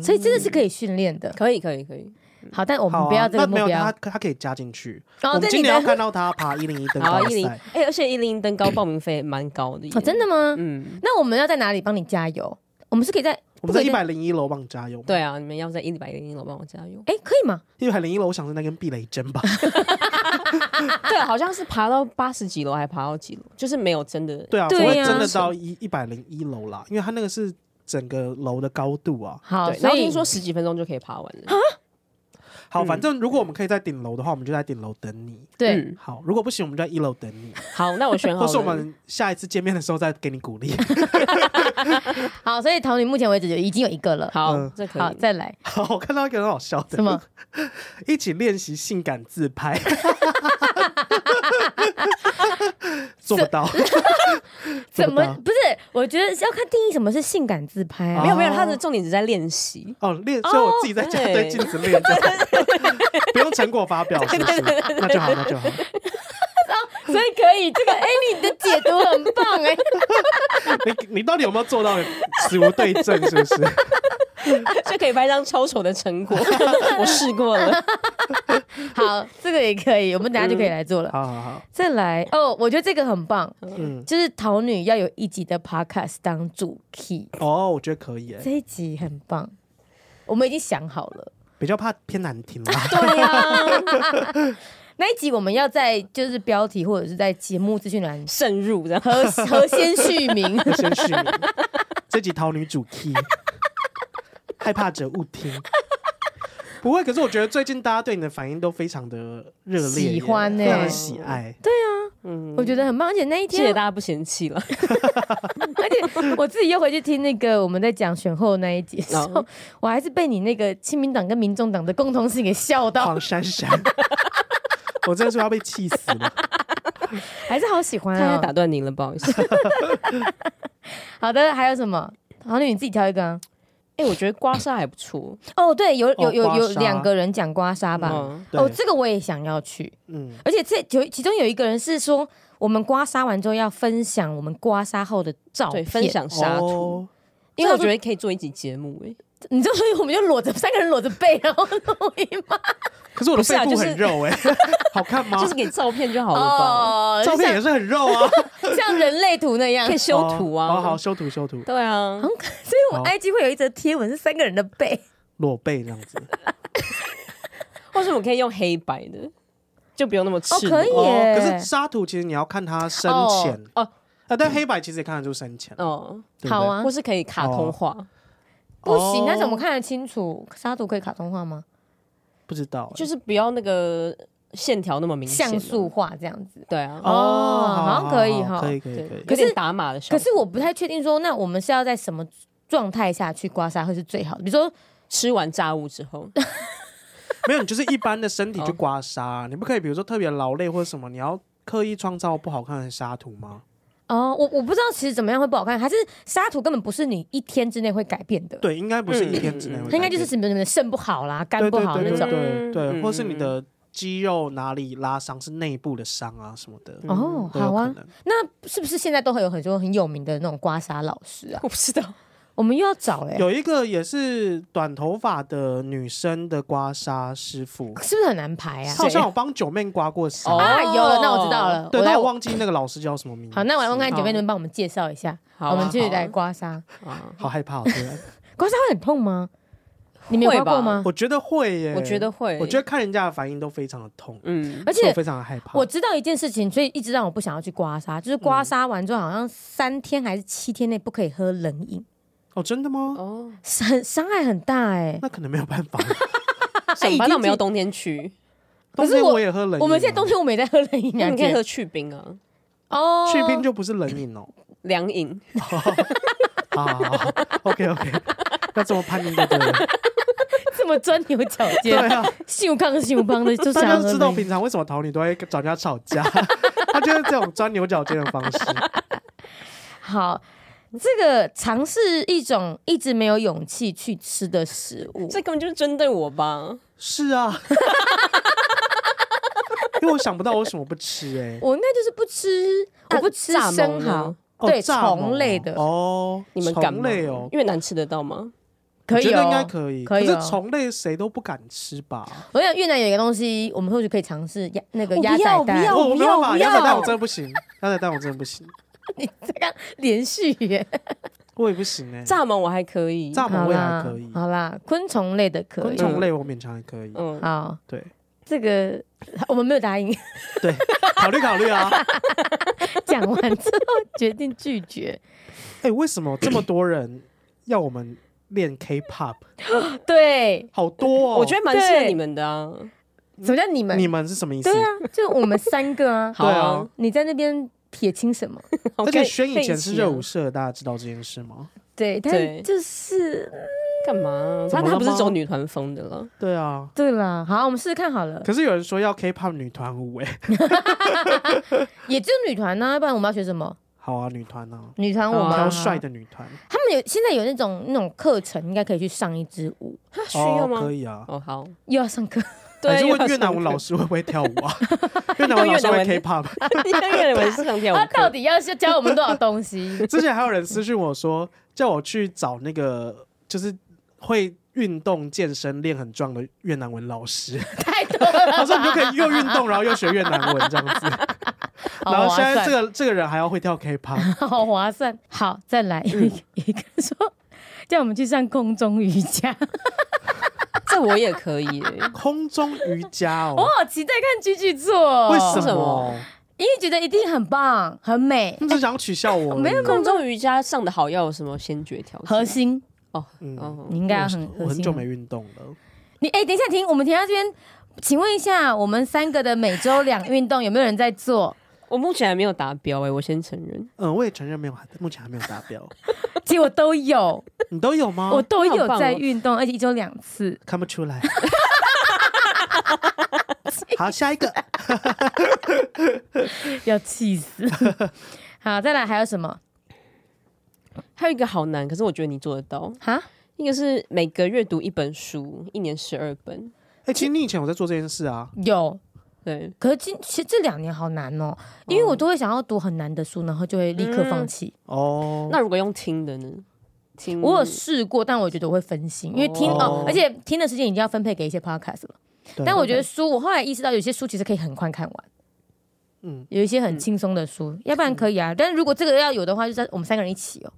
Speaker 2: 所以真
Speaker 1: 嗯
Speaker 2: 的是可以训练的。
Speaker 1: 可以，可以，可以。
Speaker 2: 好，但我们
Speaker 3: 好啊，
Speaker 2: 不要这个
Speaker 3: 那
Speaker 2: 目
Speaker 3: 没有
Speaker 2: 标
Speaker 3: 他，。他可以加进去。
Speaker 2: 哦
Speaker 3: 我们
Speaker 2: 对
Speaker 3: 今
Speaker 2: 你
Speaker 3: 年要
Speaker 2: 的
Speaker 3: 看到他爬一零一登
Speaker 1: 好
Speaker 3: 高，
Speaker 1: 一零
Speaker 3: 赛。
Speaker 1: 哎，而且一零登高报名费蛮高的耶，
Speaker 2: 哦，真的吗？
Speaker 1: 嗯，
Speaker 2: 那我们要在哪里帮你加油？我们是可以在。
Speaker 3: 我们在一百零一楼帮你加油。
Speaker 1: 对啊，你们要在一百零一楼帮我加油
Speaker 2: 哎，可以吗？
Speaker 3: 一百零一楼，我想是那根避雷针 吧。
Speaker 1: 对，好像是爬到八十几楼，还爬到几楼，就是没有真的。
Speaker 3: 对啊，不
Speaker 2: 对
Speaker 3: 会
Speaker 2: 呀
Speaker 3: 真的到一一百零一楼啦，因为它那个是整个楼的高度啊。
Speaker 2: 好，
Speaker 1: 对，然
Speaker 2: 所
Speaker 1: 后
Speaker 2: 以啊
Speaker 1: 听说十几分钟就可以爬完了。
Speaker 3: 好，
Speaker 1: 嗯
Speaker 3: 反正如果我们可以在顶楼的话，我们就在顶楼等你。
Speaker 2: 对，
Speaker 1: 嗯
Speaker 3: 好，如果不行，我们就在一楼等 你，
Speaker 1: 好，那我选好
Speaker 3: 或
Speaker 1: 了。
Speaker 3: 是我们下一次见面的时候再给你鼓励。
Speaker 2: 好，所以桃女目前为止就已经有一个了。
Speaker 1: 好
Speaker 3: 嗯，
Speaker 1: 这可以。
Speaker 2: 好，再来
Speaker 3: 好，我看到一个很好笑的，
Speaker 2: 什么？
Speaker 3: 一起练习性感自拍， 做不 到，
Speaker 2: 怎么
Speaker 3: 到
Speaker 2: 不是？我觉得是要看定义什么是性感自拍啊
Speaker 1: 没。有没有，
Speaker 3: 哦
Speaker 1: 他的重点只在练习。
Speaker 3: 哦，练，所以我自己在家
Speaker 1: 对
Speaker 3: 对镜子练就好， 不用成果发表，是不是？那就好，那就好。
Speaker 2: 所以可以，这个 哎，你的解读很棒 哎。
Speaker 3: 你你到底有没有做到死无对证？是不是？
Speaker 1: 就可以拍张超丑的成果。 我试过了，
Speaker 2: 好，这个也可以，我们等下就可以来做了。
Speaker 3: 好好好，
Speaker 2: 再来哦，我觉得这个很棒，
Speaker 3: 嗯，
Speaker 2: 就是桃女要有一集的 podcast 当主 key，
Speaker 3: 哦，我觉得可以耶，
Speaker 2: 这一集很棒，我们已经想好了。
Speaker 3: 比较怕偏难听啦。
Speaker 2: 对呀、 那一集我们要在就是标题或者是在节目资讯栏
Speaker 1: 渗入这样。
Speaker 2: 和和先续名。
Speaker 3: 先续名， 这集桃女主 key，害怕者勿听。不会，可是我觉得最近大家对你的反应都非常的热烈耶，
Speaker 2: 喜欢
Speaker 1: 欸
Speaker 2: 耶
Speaker 3: 非常的喜爱。
Speaker 1: 嗯，
Speaker 2: 我觉得很棒，而且那一
Speaker 1: 谢谢
Speaker 2: 天，
Speaker 1: 大家不嫌弃了。
Speaker 2: 而且我自己又回去听那个我们在讲选后那一集的时候
Speaker 1: 哦
Speaker 2: 我还是被你那个亲民党跟民众党的共同性给笑到
Speaker 1: 啊
Speaker 3: 黄，珊 珊，我真的是要被气死了。
Speaker 2: 还是好喜欢
Speaker 1: 他
Speaker 2: 啊、
Speaker 1: 打断您了，不好意思。
Speaker 2: 好的，还有什么？好，女你自己挑一个啊。
Speaker 1: 哎，我觉得刮痧还不错。
Speaker 2: 哦，对，有有有
Speaker 3: 刮
Speaker 2: 有
Speaker 3: 痧
Speaker 2: 两个人讲刮痧吧？
Speaker 1: 嗯，
Speaker 3: 对
Speaker 2: 哦，这个我也想要去，
Speaker 3: 嗯，
Speaker 2: 而且这有其中有一个人是说，我们刮痧完之后要分享我们刮痧后的照
Speaker 1: 对，
Speaker 2: 片，
Speaker 1: 分。享痧图，
Speaker 3: 哦，
Speaker 1: 因为我觉得可以做一集节目。哎，
Speaker 2: 你知道，所以我们就裸着三个人裸着背，然后录音吗？
Speaker 3: 可是我的
Speaker 1: 不是
Speaker 3: 肺
Speaker 1: 啊
Speaker 3: 部
Speaker 1: 就是
Speaker 3: 很肉哎， 好看吗
Speaker 1: 就？是给照片就好了吧？
Speaker 3: 照片也是很肉啊，
Speaker 2: 哦像像人类图那样
Speaker 1: 可以。 修图
Speaker 3: 哦好好
Speaker 1: 啊。
Speaker 3: 修图修图，
Speaker 1: 对啊，
Speaker 2: 很可所以我
Speaker 3: 好
Speaker 2: IG 会有一则贴文是三个人的背，
Speaker 3: 裸背这样子。
Speaker 1: 或是我们可以用黑白的，就不用那么赤裸。
Speaker 2: 可以
Speaker 3: 哦，
Speaker 2: 耶
Speaker 3: 可是沙土其实你要看它深浅
Speaker 1: 哎哦哦
Speaker 3: 啊，但黑白其实也看得出深浅，
Speaker 1: 哦，
Speaker 3: 对不对
Speaker 2: 好啊
Speaker 1: 或是可以卡通化，
Speaker 2: 不行，那怎么
Speaker 3: 哦
Speaker 2: 看得清楚？沙图可以卡通化吗？
Speaker 3: 不知道欸？
Speaker 1: 就是不要那个线条那么明显啊。
Speaker 2: 像素化这样子。
Speaker 1: 对啊，
Speaker 2: 哦好像可以哈
Speaker 3: 可以可以
Speaker 1: 对
Speaker 3: 可以，
Speaker 1: 有
Speaker 2: 是
Speaker 1: 点打码的效
Speaker 2: 可
Speaker 1: 果。
Speaker 2: 是我不太确定说，那我们是要在什么状态下去刮痧会是最好的？比如说，
Speaker 1: 吃完炸物之后，
Speaker 3: 没有你就是一般的身体去
Speaker 1: 哦
Speaker 3: 刮痧，你不可以比如说特别劳累或者什么，你要刻意创造不好看的沙土吗？
Speaker 2: 哦，我我不知道其实怎么样会不好看，还是沙图根本不是你一天之内会改变的，
Speaker 3: 对，应该不是一天之内会改变，
Speaker 2: 它应该就是什么什么肾不好啦、肝
Speaker 3: 对
Speaker 2: 不
Speaker 3: 对
Speaker 2: 好那
Speaker 3: 对对
Speaker 2: 种。
Speaker 3: 对对，
Speaker 1: 嗯
Speaker 3: 或是你的肌肉哪里拉伤是内部的伤啊什么的，
Speaker 2: 哦，
Speaker 3: 都有
Speaker 2: 好
Speaker 3: 可
Speaker 2: 啊，
Speaker 3: 能。
Speaker 2: 那是不是现在都会有很多很有名的那种刮痧老师啊？
Speaker 1: 我不知道。
Speaker 2: 我们又要找哎嘞、
Speaker 3: 有一个也是短头发的女生的刮痧师傅，
Speaker 2: 是不是很难排啊
Speaker 3: 她？好像有帮九妹刮过痧，
Speaker 1: 哦
Speaker 2: 啊，有了，那我知道了。
Speaker 3: 对，
Speaker 2: 我
Speaker 3: 但
Speaker 2: 来
Speaker 3: 我忘记那个老师叫什么名字。
Speaker 2: 好，那我来问看
Speaker 1: 好
Speaker 2: 姐妹们帮我们介绍一下，
Speaker 1: 好啊
Speaker 2: 我们去
Speaker 1: 好啊
Speaker 2: 来刮痧。
Speaker 1: 啊，
Speaker 3: 好害怕哦，突然
Speaker 2: 刮痧会很痛吗？你没有刮过吗？
Speaker 3: 我觉得会耶，
Speaker 1: 我觉得会，
Speaker 3: 我觉得看人家的反应都非常的痛，
Speaker 1: 嗯，
Speaker 2: 而
Speaker 3: 所以我
Speaker 2: 且
Speaker 3: 非常的嗯害怕。
Speaker 2: 我知道一件事情，所以一直让我不想要去刮痧，就是刮痧完之后好像三天还是七天内不可以喝冷饮，
Speaker 3: 哦，真的吗？
Speaker 1: 哦，
Speaker 2: 是很伤害很大哎、
Speaker 3: 那可能没有办法。
Speaker 1: 想搬到没有冬天去，
Speaker 2: 可
Speaker 3: 冬
Speaker 2: 是
Speaker 3: 天
Speaker 2: 我
Speaker 3: 我也喝冷饮啊，
Speaker 2: 我们现在冬天我们也在喝冷饮
Speaker 1: 那
Speaker 2: 啊，
Speaker 1: 你可以
Speaker 2: 姐
Speaker 1: 喝去冰啊，
Speaker 2: 哦，
Speaker 3: 去冰就不是冷 饮哦。
Speaker 1: 凉饮。
Speaker 3: 好好好，OK OK，要 这么叛逆就 对了。
Speaker 2: 这么钻牛角
Speaker 3: 对
Speaker 2: 尖，
Speaker 3: 啊，
Speaker 2: 秀康秀邦的就
Speaker 3: 大
Speaker 2: 想
Speaker 3: 家
Speaker 2: 要
Speaker 3: 都
Speaker 2: 喝
Speaker 3: 知道
Speaker 2: 冷饮。
Speaker 3: 平常为什么桃女都会找人家吵 架，她就是这种钻牛角尖的方式。
Speaker 2: 好，这个尝试一种一直没有勇气去吃的食物，
Speaker 1: 这根本就是针对我吧？
Speaker 3: 是啊，因为我想不到我为什么不吃哎、
Speaker 2: 我应该就是不吃，
Speaker 3: 啊
Speaker 2: 我不吃
Speaker 1: 蚱蜢
Speaker 2: 生
Speaker 1: 呢
Speaker 2: 蚝，
Speaker 3: 哦
Speaker 2: 对
Speaker 3: 蚱蜢哦
Speaker 2: 虫类的
Speaker 3: 哦，
Speaker 1: 你们敢
Speaker 3: 虫
Speaker 1: 吗？
Speaker 3: 类哦，
Speaker 1: 因为难吃得到吗？
Speaker 2: 可
Speaker 3: 我
Speaker 2: 以
Speaker 3: 觉得应该
Speaker 2: 哦。
Speaker 3: 可以，
Speaker 2: 可以哦
Speaker 3: 是虫类谁都不敢吃 吧？
Speaker 2: 我想越南有一个东西，我们或许可以尝试鸭那个
Speaker 1: 我不
Speaker 2: 鸭
Speaker 1: 要
Speaker 2: 仔
Speaker 1: 我不要
Speaker 2: 蛋。
Speaker 3: 我没办法，
Speaker 1: 不要
Speaker 3: 鸭仔蛋我真的不行，鸭仔蛋我真的不行，
Speaker 2: 你这样连续耶，
Speaker 3: 我也不行 哎、
Speaker 1: 蚱蜢我还可以，
Speaker 3: 蚱蜢
Speaker 2: 好
Speaker 3: 我也还
Speaker 2: 啦
Speaker 3: 可以，，
Speaker 2: 啊好啦，昆虫类的可
Speaker 3: 昆
Speaker 2: 以。
Speaker 3: 虫类我勉强还可以。
Speaker 1: 嗯，
Speaker 2: 好，
Speaker 3: 对
Speaker 2: 这个 我们没有答应，
Speaker 3: 对，考虑考虑啊！
Speaker 2: 讲完之后决定拒绝。
Speaker 3: 哎、为什么这么多人要我们练 K-pop，
Speaker 2: 对，
Speaker 3: 好多哦。
Speaker 1: 我觉得蛮适合
Speaker 2: 对
Speaker 1: 你们的啊。
Speaker 2: 什么叫你们？
Speaker 3: 你们是什么意思？
Speaker 2: 对啊，就我们三个 啊。
Speaker 1: 好啊，
Speaker 2: 你在那边撇清什么？
Speaker 1: 我
Speaker 3: 而
Speaker 1: 可
Speaker 3: 且
Speaker 1: 以
Speaker 3: 轩以前是热舞
Speaker 1: 可以一起啊
Speaker 3: 社，大家知道这件事吗？
Speaker 2: 对，
Speaker 1: 对
Speaker 2: 但就是
Speaker 1: 啊干嘛？
Speaker 3: 怎
Speaker 1: 他
Speaker 3: 么了吗
Speaker 1: 他不是走女团风的了，
Speaker 3: 对啊。
Speaker 2: 对啦。好，我们试试看好了。
Speaker 3: 可是有人说要 K-pop 女团舞，哎，
Speaker 2: 也只有女团呢、要不然我们要学什么？
Speaker 3: 好啊，女团啊，
Speaker 2: 女团舞
Speaker 1: 好啊
Speaker 2: 吗
Speaker 3: 挑？帅的女团，
Speaker 2: 他们有现在有那种那种课程，应该可以去上一支舞，
Speaker 1: 他需要
Speaker 3: 哦可
Speaker 1: 吗？
Speaker 3: 以啊。
Speaker 1: 哦，好，
Speaker 2: 又要 上课。
Speaker 3: 还是
Speaker 1: 因为
Speaker 3: 问越 南舞老师会不会跳舞啊？越南舞老师会 K-pop。
Speaker 1: 越南文是上跳舞
Speaker 2: 他啊到
Speaker 1: 课，
Speaker 2: 底要是教我们多少东 西？
Speaker 3: 之前还有人私讯我说，叫我去找那个就是会运动健身练很壮的越南文 老师。
Speaker 2: 太多了，
Speaker 3: 他说你就可以又运动，然后又学越南文这样 子。
Speaker 2: 好
Speaker 3: 然后
Speaker 2: 划
Speaker 3: 现在
Speaker 2: 算，
Speaker 3: 这个这个人还要会跳 K-pop，
Speaker 2: 好划算。好，再来一
Speaker 3: 嗯
Speaker 2: 个一个说，叫我们去上空中瑜伽。
Speaker 1: 这我也可以耶。
Speaker 3: 空中瑜伽
Speaker 2: 我
Speaker 3: 哦。
Speaker 2: 好期待看居居做，
Speaker 3: 为什
Speaker 1: 为什
Speaker 3: 么
Speaker 2: 哦
Speaker 1: 么？
Speaker 2: 因为觉得一定很棒，很美
Speaker 3: 你，只想取笑我而已？
Speaker 2: 没有
Speaker 1: 空中瑜伽上的好要有什么先决条件？
Speaker 2: 核心。
Speaker 1: 哦
Speaker 3: 嗯
Speaker 1: 哦
Speaker 2: 你，应该要很
Speaker 3: 我
Speaker 2: 核
Speaker 3: 很
Speaker 2: 心。
Speaker 3: 久没运动了。
Speaker 2: 你哎、等一下停，我们停到这边。请问一下，我们三个的每周两运动有没有人在做？
Speaker 1: 我目前还没有达标哎，我先承认。
Speaker 3: 嗯，我也承认没有，目前还没有达标。
Speaker 2: 结果都有，
Speaker 3: 哦你都有吗？
Speaker 2: 我都有
Speaker 1: 好棒哦
Speaker 2: 在运动，而且一周两次。
Speaker 3: 看 不出来。好，下一个
Speaker 2: 要气死！好，再来还有什么？
Speaker 1: 还有一个好难，可是我觉得你做得到。
Speaker 2: 哈，
Speaker 1: 一个是每个月读一本书，一年十二本。
Speaker 3: 哎、其实你以前有在做这件事啊，
Speaker 2: 有，
Speaker 1: 对，
Speaker 2: 可是今其实这两年好难哦，因为我都会想要读很难的书，然后就会立刻放弃。
Speaker 3: 哦，
Speaker 1: 那如果用听的呢？听
Speaker 2: 我有试过，但我觉得我会分心，因为听
Speaker 3: 哦
Speaker 2: 哦而且听的时间已经要分配给一些 podcast 了。
Speaker 3: 对
Speaker 2: 但我觉得书，我后来意识到有些书其实可以很快看完。
Speaker 3: 嗯
Speaker 2: 有一些很轻松的书，要不然可以啊。但是如果这个要有的话，就在我们三个人一起哦。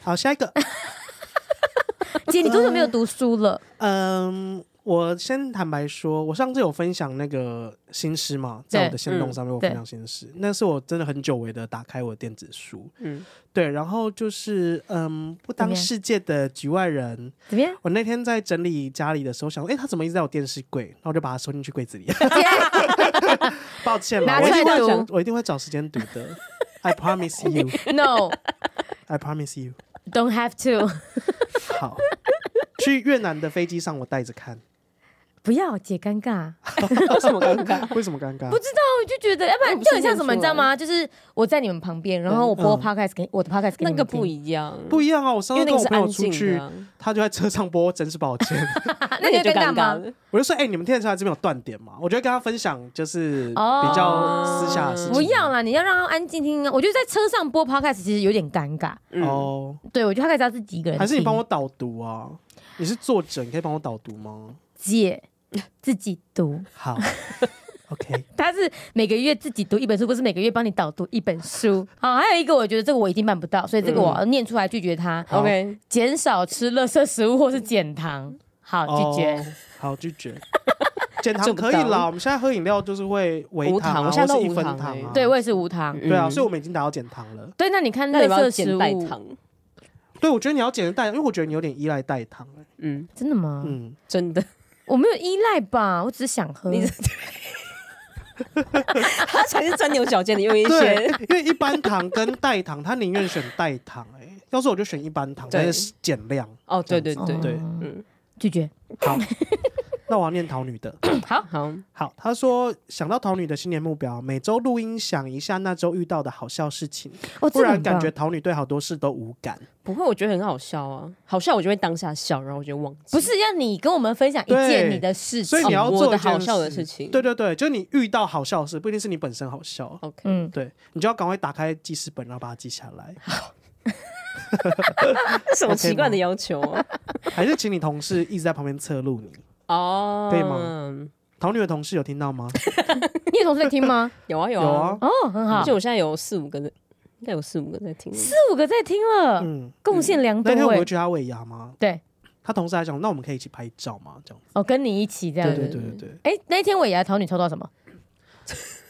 Speaker 3: 好，下一个，
Speaker 2: 姐，你多久没有读书了？
Speaker 3: 嗯，我先坦白说，我上次有分享那个新诗嘛，在我的线动上面我分享新
Speaker 2: 嗯
Speaker 3: 诗，那是我真的很久违的打开我的电子书，
Speaker 1: 嗯，
Speaker 3: 对，然后就是嗯，不
Speaker 2: 怎么
Speaker 3: 当
Speaker 2: 样
Speaker 3: 世界的局外人，
Speaker 2: 怎么样？
Speaker 3: 我那天在整理家里的时候想说，哎、他怎么一直在我电视柜？然后我就把它收进去柜 子里，
Speaker 2: 姐，
Speaker 3: 抱歉啦，
Speaker 2: 拿
Speaker 3: 我一
Speaker 2: 出来
Speaker 3: 定会
Speaker 2: 读
Speaker 3: 我一定会找时间读的，I promise you。
Speaker 2: ，No，don't
Speaker 3: I promise you。
Speaker 2: have to，
Speaker 3: 好， 去越南的飞机上我带着看，
Speaker 2: 不要，姐尴尬。
Speaker 1: 有什么尴 尬？
Speaker 3: 为什么尴尬
Speaker 2: 不？知道，我就觉得，要不然就很像什么，你知道吗？就是我在你们旁边，然后我播
Speaker 3: 嗯
Speaker 2: podcast 给我的 podcast 给
Speaker 1: 那
Speaker 2: 你
Speaker 1: 个
Speaker 2: 们
Speaker 1: 不
Speaker 2: 听，
Speaker 1: 一样，
Speaker 3: 不一样啊！我
Speaker 1: 因
Speaker 3: 上次
Speaker 1: 为那
Speaker 3: 跟
Speaker 1: 个
Speaker 3: 我
Speaker 1: 是
Speaker 3: 朋友
Speaker 1: 安
Speaker 3: 出
Speaker 1: 静
Speaker 3: 去
Speaker 1: 的，啊，
Speaker 3: 他就在车上播《真是抱歉》，
Speaker 2: 啊
Speaker 1: 那个就
Speaker 2: 就
Speaker 1: 尴
Speaker 2: 吗？
Speaker 1: 了。
Speaker 3: 我就说：“哎、你们电视台这边有断点嘛？”我就会跟他分享，就是比
Speaker 2: 哦
Speaker 3: 较私下的事情。
Speaker 2: 嗯不
Speaker 1: 啊
Speaker 2: 要啦，你要让他安静听啊。我觉得在车上播 podcast 其实有点尴尬，
Speaker 1: 嗯，
Speaker 3: 哦，
Speaker 2: 对我觉得他可以要自己一个人听，
Speaker 3: 还是你帮我导读啊？你是作者，你可以帮我导读吗？
Speaker 2: 姐自己读，
Speaker 3: 好 ，OK，
Speaker 2: 他是每个月自己读一本书，不是每个月帮你导读一本 书。好，还有一个我觉得这个我一定办不到，所以这个我要念出来拒绝他。
Speaker 3: 好
Speaker 1: OK，
Speaker 2: 减少吃垃圾食物或是减糖，好拒绝。
Speaker 3: 哦，好拒 绝。减糖
Speaker 1: 做不
Speaker 3: 可以啦，
Speaker 1: 到
Speaker 3: 我们现在喝饮料就是会微
Speaker 1: 无
Speaker 3: 糖
Speaker 1: 糖
Speaker 3: 啊，
Speaker 1: 我现在
Speaker 3: 或
Speaker 1: 都
Speaker 3: 是一
Speaker 1: 无
Speaker 3: 分
Speaker 1: 糖
Speaker 3: 糖
Speaker 1: 欸
Speaker 3: 啊。
Speaker 2: 对，我也是无糖。
Speaker 3: 对啊，
Speaker 1: 嗯
Speaker 3: 所以我们已经达到减糖了。
Speaker 2: 对，那你看
Speaker 1: 那
Speaker 2: 垃
Speaker 1: 你要
Speaker 2: 圾食
Speaker 1: 减代
Speaker 2: 物，
Speaker 1: 糖，
Speaker 3: 对，我觉得你要减代，因为我觉得你有点依赖代糖、欸。
Speaker 1: 嗯，
Speaker 2: 真的吗？
Speaker 3: 嗯，
Speaker 1: 真的，
Speaker 2: 我没有依赖吧，我只是想喝。
Speaker 1: 你 他才是钻牛角尖的，用一
Speaker 3: 嗯对
Speaker 1: 些，
Speaker 3: 因为一般糖跟代糖，他宁愿选代糖、欸。哎，要是我就选一般糖，
Speaker 1: 对
Speaker 3: 但是减量。
Speaker 1: 哦，对对对，
Speaker 3: 对
Speaker 1: 嗯，
Speaker 2: 拒绝。
Speaker 3: 好， 那我要念桃女的。
Speaker 1: 好嗯好，
Speaker 3: 好，他说想到桃女的新年目标，每周录音想一下那周遇到的好笑事情，
Speaker 2: 哦，
Speaker 3: 不
Speaker 2: 这个
Speaker 3: 然
Speaker 2: 很棒
Speaker 3: 感觉桃女对好多事都无感。
Speaker 1: 不会，我觉得很好笑啊，好笑我就会当下笑，然后我就忘记，
Speaker 2: 不是要你跟我们分享一件你的事
Speaker 3: 所以
Speaker 2: 情
Speaker 3: 你。要
Speaker 1: 哦我
Speaker 3: 做一
Speaker 1: 的
Speaker 3: 件
Speaker 1: 好笑的事情
Speaker 3: 对对对，就是你遇到好笑的事，不一定是你本身好笑。
Speaker 1: ，OK，
Speaker 2: 嗯，
Speaker 3: 对，你就要赶快打开记事本，然后把它记下来。
Speaker 1: 什么奇怪的要求啊？
Speaker 3: 还是请你同事一直在旁边侧录你。
Speaker 1: 哦，
Speaker 3: 可以吗？桃女的同事有听到吗？
Speaker 2: 你有同事在听 吗？
Speaker 1: 有啊有
Speaker 3: 有
Speaker 1: 啊
Speaker 3: 啊，
Speaker 2: 哦，很好
Speaker 1: 而且，我现在有四五个在，应该有四五个在听。
Speaker 2: 四五个在听了，
Speaker 3: 嗯，
Speaker 2: 贡献良多
Speaker 3: 那天我
Speaker 2: 哎
Speaker 3: 回。去他尾牙吗？
Speaker 2: 对，
Speaker 3: 他同事还讲，那我们可以一起拍照吗？这样子。
Speaker 2: 哦，跟你一起这样
Speaker 3: 对
Speaker 2: 子。
Speaker 3: 对对对对，
Speaker 2: 哎，那一天尾牙桃女抽到什么？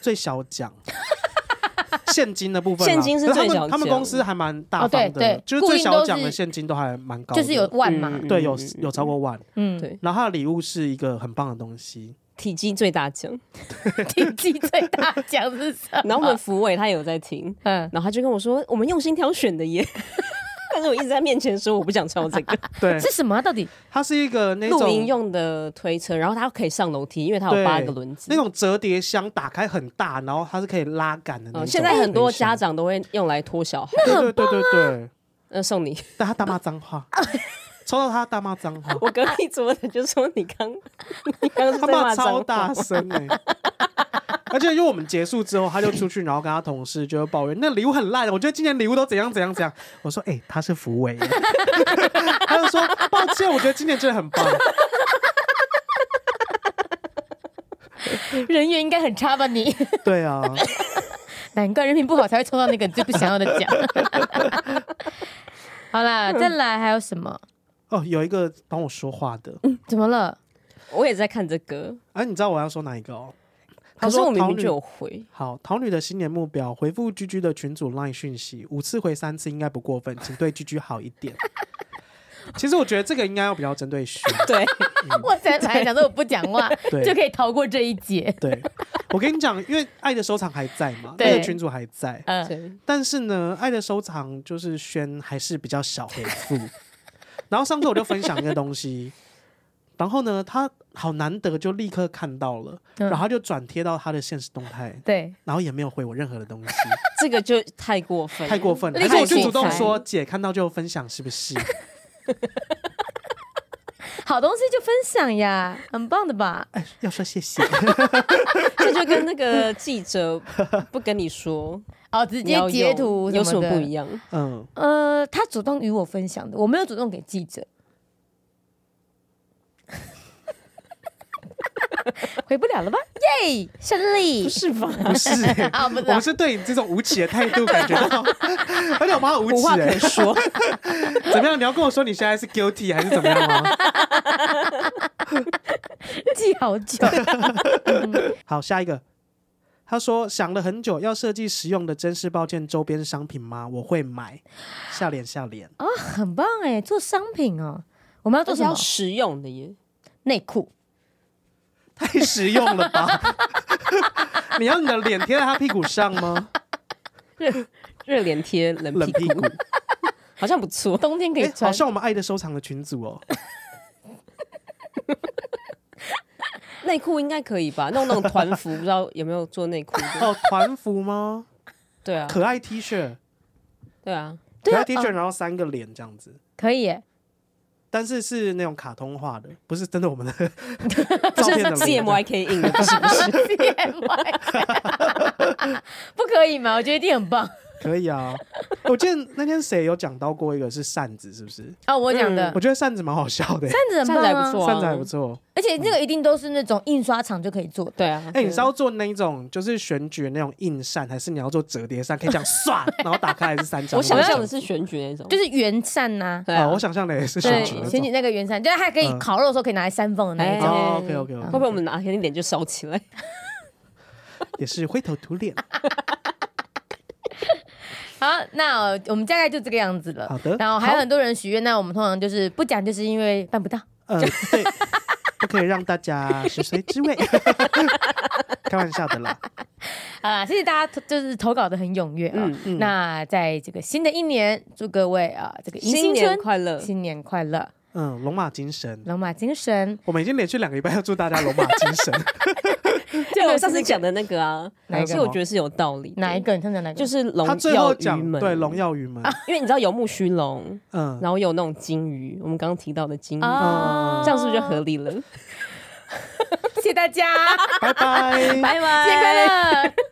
Speaker 3: 最小奖， 现金的部分啦，
Speaker 1: 现金是
Speaker 3: 可他们
Speaker 1: 最小
Speaker 3: 他们
Speaker 1: 奖
Speaker 3: 公司还蛮大
Speaker 2: 哦对
Speaker 3: 方的
Speaker 2: 对，
Speaker 3: 就是最
Speaker 2: 固
Speaker 3: 小
Speaker 2: 定
Speaker 3: 奖
Speaker 2: 都
Speaker 3: 的
Speaker 2: 是
Speaker 3: 现金都还蛮高的，
Speaker 2: 就是有万嘛，
Speaker 3: 对有
Speaker 1: 嗯
Speaker 3: 有超过万，
Speaker 2: 嗯，
Speaker 1: 对
Speaker 3: 然后他的礼物是一个很棒的东西，
Speaker 1: 体积最大奖。
Speaker 2: 体积最大奖是什么？
Speaker 1: 然后我们福伟他也有在听，
Speaker 2: 嗯，
Speaker 1: 然后他就跟我说，我们用心挑选的耶。 但是我一直在面前说我不想抽这个
Speaker 3: 对，
Speaker 2: 是什么啊？到底
Speaker 3: 它是一个 那
Speaker 1: 露
Speaker 3: 种
Speaker 1: 营用的推车，然后它可以上楼梯，因为它
Speaker 3: 对
Speaker 1: 有八个轮子
Speaker 3: 那。种折叠箱打开很大，然后它是可以拉杆的那
Speaker 1: 嗯，
Speaker 3: 种。
Speaker 1: 现在很多家，长都会用来拖小孩，
Speaker 3: 对对对对对，
Speaker 1: 呃，送你。
Speaker 3: 但他大骂脏 话，抽到他大骂脏话，
Speaker 1: 啊我隔壁桌的就说你刚，你刚刚
Speaker 3: 他
Speaker 1: 在骂
Speaker 3: 骂
Speaker 1: 脏
Speaker 3: 超
Speaker 1: 话
Speaker 3: 大声哎、而且因为我们结束之后，他就出去，然后跟他同事就会抱怨那礼物很烂，我觉得今年礼物都怎样怎样怎样。我说哎、他是福伟， 他就说抱歉，我觉得今年真的很棒。
Speaker 2: 人缘应该很差吧你？
Speaker 3: 对啊，
Speaker 2: 难怪人品不好才会抽到那个你最不想要的奖。 嗯好啦，再来还有什么？
Speaker 3: 哦，有一个帮我说话的，
Speaker 1: 嗯
Speaker 2: 怎么了？
Speaker 1: 我也在看这个，
Speaker 3: 哎、你知道我要说哪一个哦？他
Speaker 1: 可是
Speaker 3: 说
Speaker 1: 我明
Speaker 3: 桃
Speaker 1: 明
Speaker 3: 女
Speaker 1: 就有回，
Speaker 3: 好，桃女的新年目标，回复居居的群组 LINE 讯息，五次回三次应该不过分，请对居居好一 点。其实我觉得这个应该要比较针对徐，
Speaker 1: 对，
Speaker 2: 啊我才本来想说我不讲 话
Speaker 3: 对
Speaker 2: 就可以逃过这一劫。
Speaker 3: 对我跟你讲，因为爱的收藏还在嘛，
Speaker 2: 对
Speaker 3: 爱的群主还在，
Speaker 2: 嗯，
Speaker 1: 对，
Speaker 3: 但是呢，爱的收藏就是轩还是比较少回 复。然后上次我就分享一个东西，然后呢，他好难得就立刻看到了，
Speaker 2: 嗯
Speaker 3: 然后他就转贴到他的现实动态，
Speaker 2: 对，
Speaker 3: 然后也没有回我任何的东西。
Speaker 1: 这个就太过分了，
Speaker 3: 太过分了。
Speaker 2: 立
Speaker 3: 还
Speaker 2: 刻
Speaker 3: 是我就
Speaker 2: 洗
Speaker 3: 主动
Speaker 2: 牌
Speaker 3: 说，姐看到就分享是不是？
Speaker 2: 好东西就分享呀，很棒的吧？
Speaker 3: 哎，要说谢谢。
Speaker 1: 这就跟那个记者不跟你 说，
Speaker 2: 哦，直
Speaker 1: 你
Speaker 2: 接
Speaker 1: 要
Speaker 2: 截
Speaker 1: 用
Speaker 2: 图
Speaker 1: 有什么
Speaker 2: 么
Speaker 1: 不一
Speaker 2: 样？
Speaker 1: 样？
Speaker 3: 嗯，
Speaker 2: 呃，他主动与我分享的，我没有主动给记者。 回不了了吧？耶，胜利！，
Speaker 1: 是吧？
Speaker 3: 不 是欸
Speaker 2: 啊，不知
Speaker 3: 我
Speaker 2: 道
Speaker 3: 们。是对你这种无耻的态度感觉到， 而且我妈无
Speaker 1: 无话
Speaker 3: 耻
Speaker 1: 可
Speaker 3: 欸。
Speaker 1: 说，
Speaker 3: 怎么样？你要跟我说你现在是 guilty 还是怎么样吗？
Speaker 2: 记好久。
Speaker 3: 好，下一个。他说想了很久，要设计实用的真是抱歉周边商品吗？我会买，笑脸笑脸。
Speaker 1: 哦
Speaker 2: 很棒哎，做商品哦。我们要做
Speaker 1: 都是
Speaker 2: 什么
Speaker 1: 要？实用的耶。
Speaker 2: 内裤。
Speaker 3: 太实用了吧？ 你要你的脸贴在他屁股上吗？
Speaker 1: 热脸贴 冷
Speaker 3: 冷
Speaker 1: 屁
Speaker 3: 屁
Speaker 1: 股
Speaker 3: 股，，
Speaker 1: 好像不错。
Speaker 2: 冬天可以
Speaker 3: 哎，好
Speaker 2: 穿。
Speaker 3: 像我们爱的收藏的群组哦。
Speaker 1: 内裤应该可以吧？弄那种团服，不知道有没有做内裤 的？
Speaker 3: 哦，团服吗？
Speaker 1: 对啊，
Speaker 3: 可爱 T 恤，
Speaker 1: 对啊，
Speaker 2: 对
Speaker 3: 可
Speaker 2: 啊
Speaker 3: 爱 T 恤，
Speaker 2: 哦
Speaker 3: 然后三个脸这样子，
Speaker 2: 可以耶，
Speaker 3: 但是是那种卡通化的，不是真的我们的
Speaker 1: 不
Speaker 3: 照
Speaker 1: 是
Speaker 3: 片的脸
Speaker 1: CMYK 印的，不是不是。
Speaker 2: 不可以吗？我觉得一定很棒
Speaker 3: 可以啊。我记得那天谁有讲到过一个是扇子，是不是？
Speaker 2: 啊！我讲的
Speaker 3: 我觉得扇子蛮好笑的，欸
Speaker 2: 扇子很
Speaker 1: 扇
Speaker 2: 棒
Speaker 1: 子还
Speaker 2: 啊
Speaker 1: 不，错啊，
Speaker 3: 扇子还不错。
Speaker 2: 而且这个一定都是那种印刷厂就可以做的。
Speaker 1: 对啊，
Speaker 3: 哎，你是要做那一种就是选举的那种硬扇，还是你要做折叠扇？可以这样 唰，然后打开还是三张？
Speaker 1: 我想象的
Speaker 3: 是
Speaker 1: 是选举那种，
Speaker 2: 就是圆扇呐，
Speaker 1: 对
Speaker 3: 啊，
Speaker 1: 啊
Speaker 3: 我。想象的也是选
Speaker 2: 对，
Speaker 3: 举那
Speaker 2: 前几
Speaker 3: 种。
Speaker 2: 那个圆扇，就是它可以
Speaker 3: 嗯
Speaker 2: 烤肉的时候可以拿来扇风的那一种。
Speaker 3: 哦，OK OK
Speaker 1: 哎会
Speaker 3: OK，
Speaker 1: 不会我们哪天脸就烧起来？
Speaker 3: 也是灰头土脸？
Speaker 2: 好，那呃我们大概就这个样子了。
Speaker 3: 好的
Speaker 2: 然后还有
Speaker 3: 好
Speaker 2: 很多人许愿，那我们通常就是不讲，就是因为办不到。
Speaker 3: 嗯，对，不可以让大家食髓知味， 开玩笑的啦。
Speaker 2: 好啦，谢谢啊大家投，就是投稿的很踊跃啊。
Speaker 1: 嗯
Speaker 2: 那在这个新的一年，祝各位啊，这个迎
Speaker 1: 新年
Speaker 2: 春
Speaker 1: 快乐！
Speaker 2: 新年快乐，
Speaker 3: 嗯，龙马精神，
Speaker 2: 龙马精神。
Speaker 3: 我们已经连续两个礼拜要祝大家龙马精 神。
Speaker 1: 对我上次讲的那个啊，
Speaker 3: 哪一个
Speaker 1: 其实我觉得是有道理的。
Speaker 2: 哪一个？你上讲哪一个？
Speaker 1: 就是龙
Speaker 3: 他最后
Speaker 1: 耀鱼
Speaker 3: 讲
Speaker 1: 门，
Speaker 3: 对龙，耀鱼门，
Speaker 1: 因为你知道有木须龙，
Speaker 3: 嗯，
Speaker 1: 然后有那种金鱼，我们刚刚提到的金鱼，
Speaker 2: 啊，
Speaker 1: 这样是不是就合理了？
Speaker 2: 谢谢大家，
Speaker 3: 拜拜。
Speaker 1: 拜拜，
Speaker 2: 新年快乐。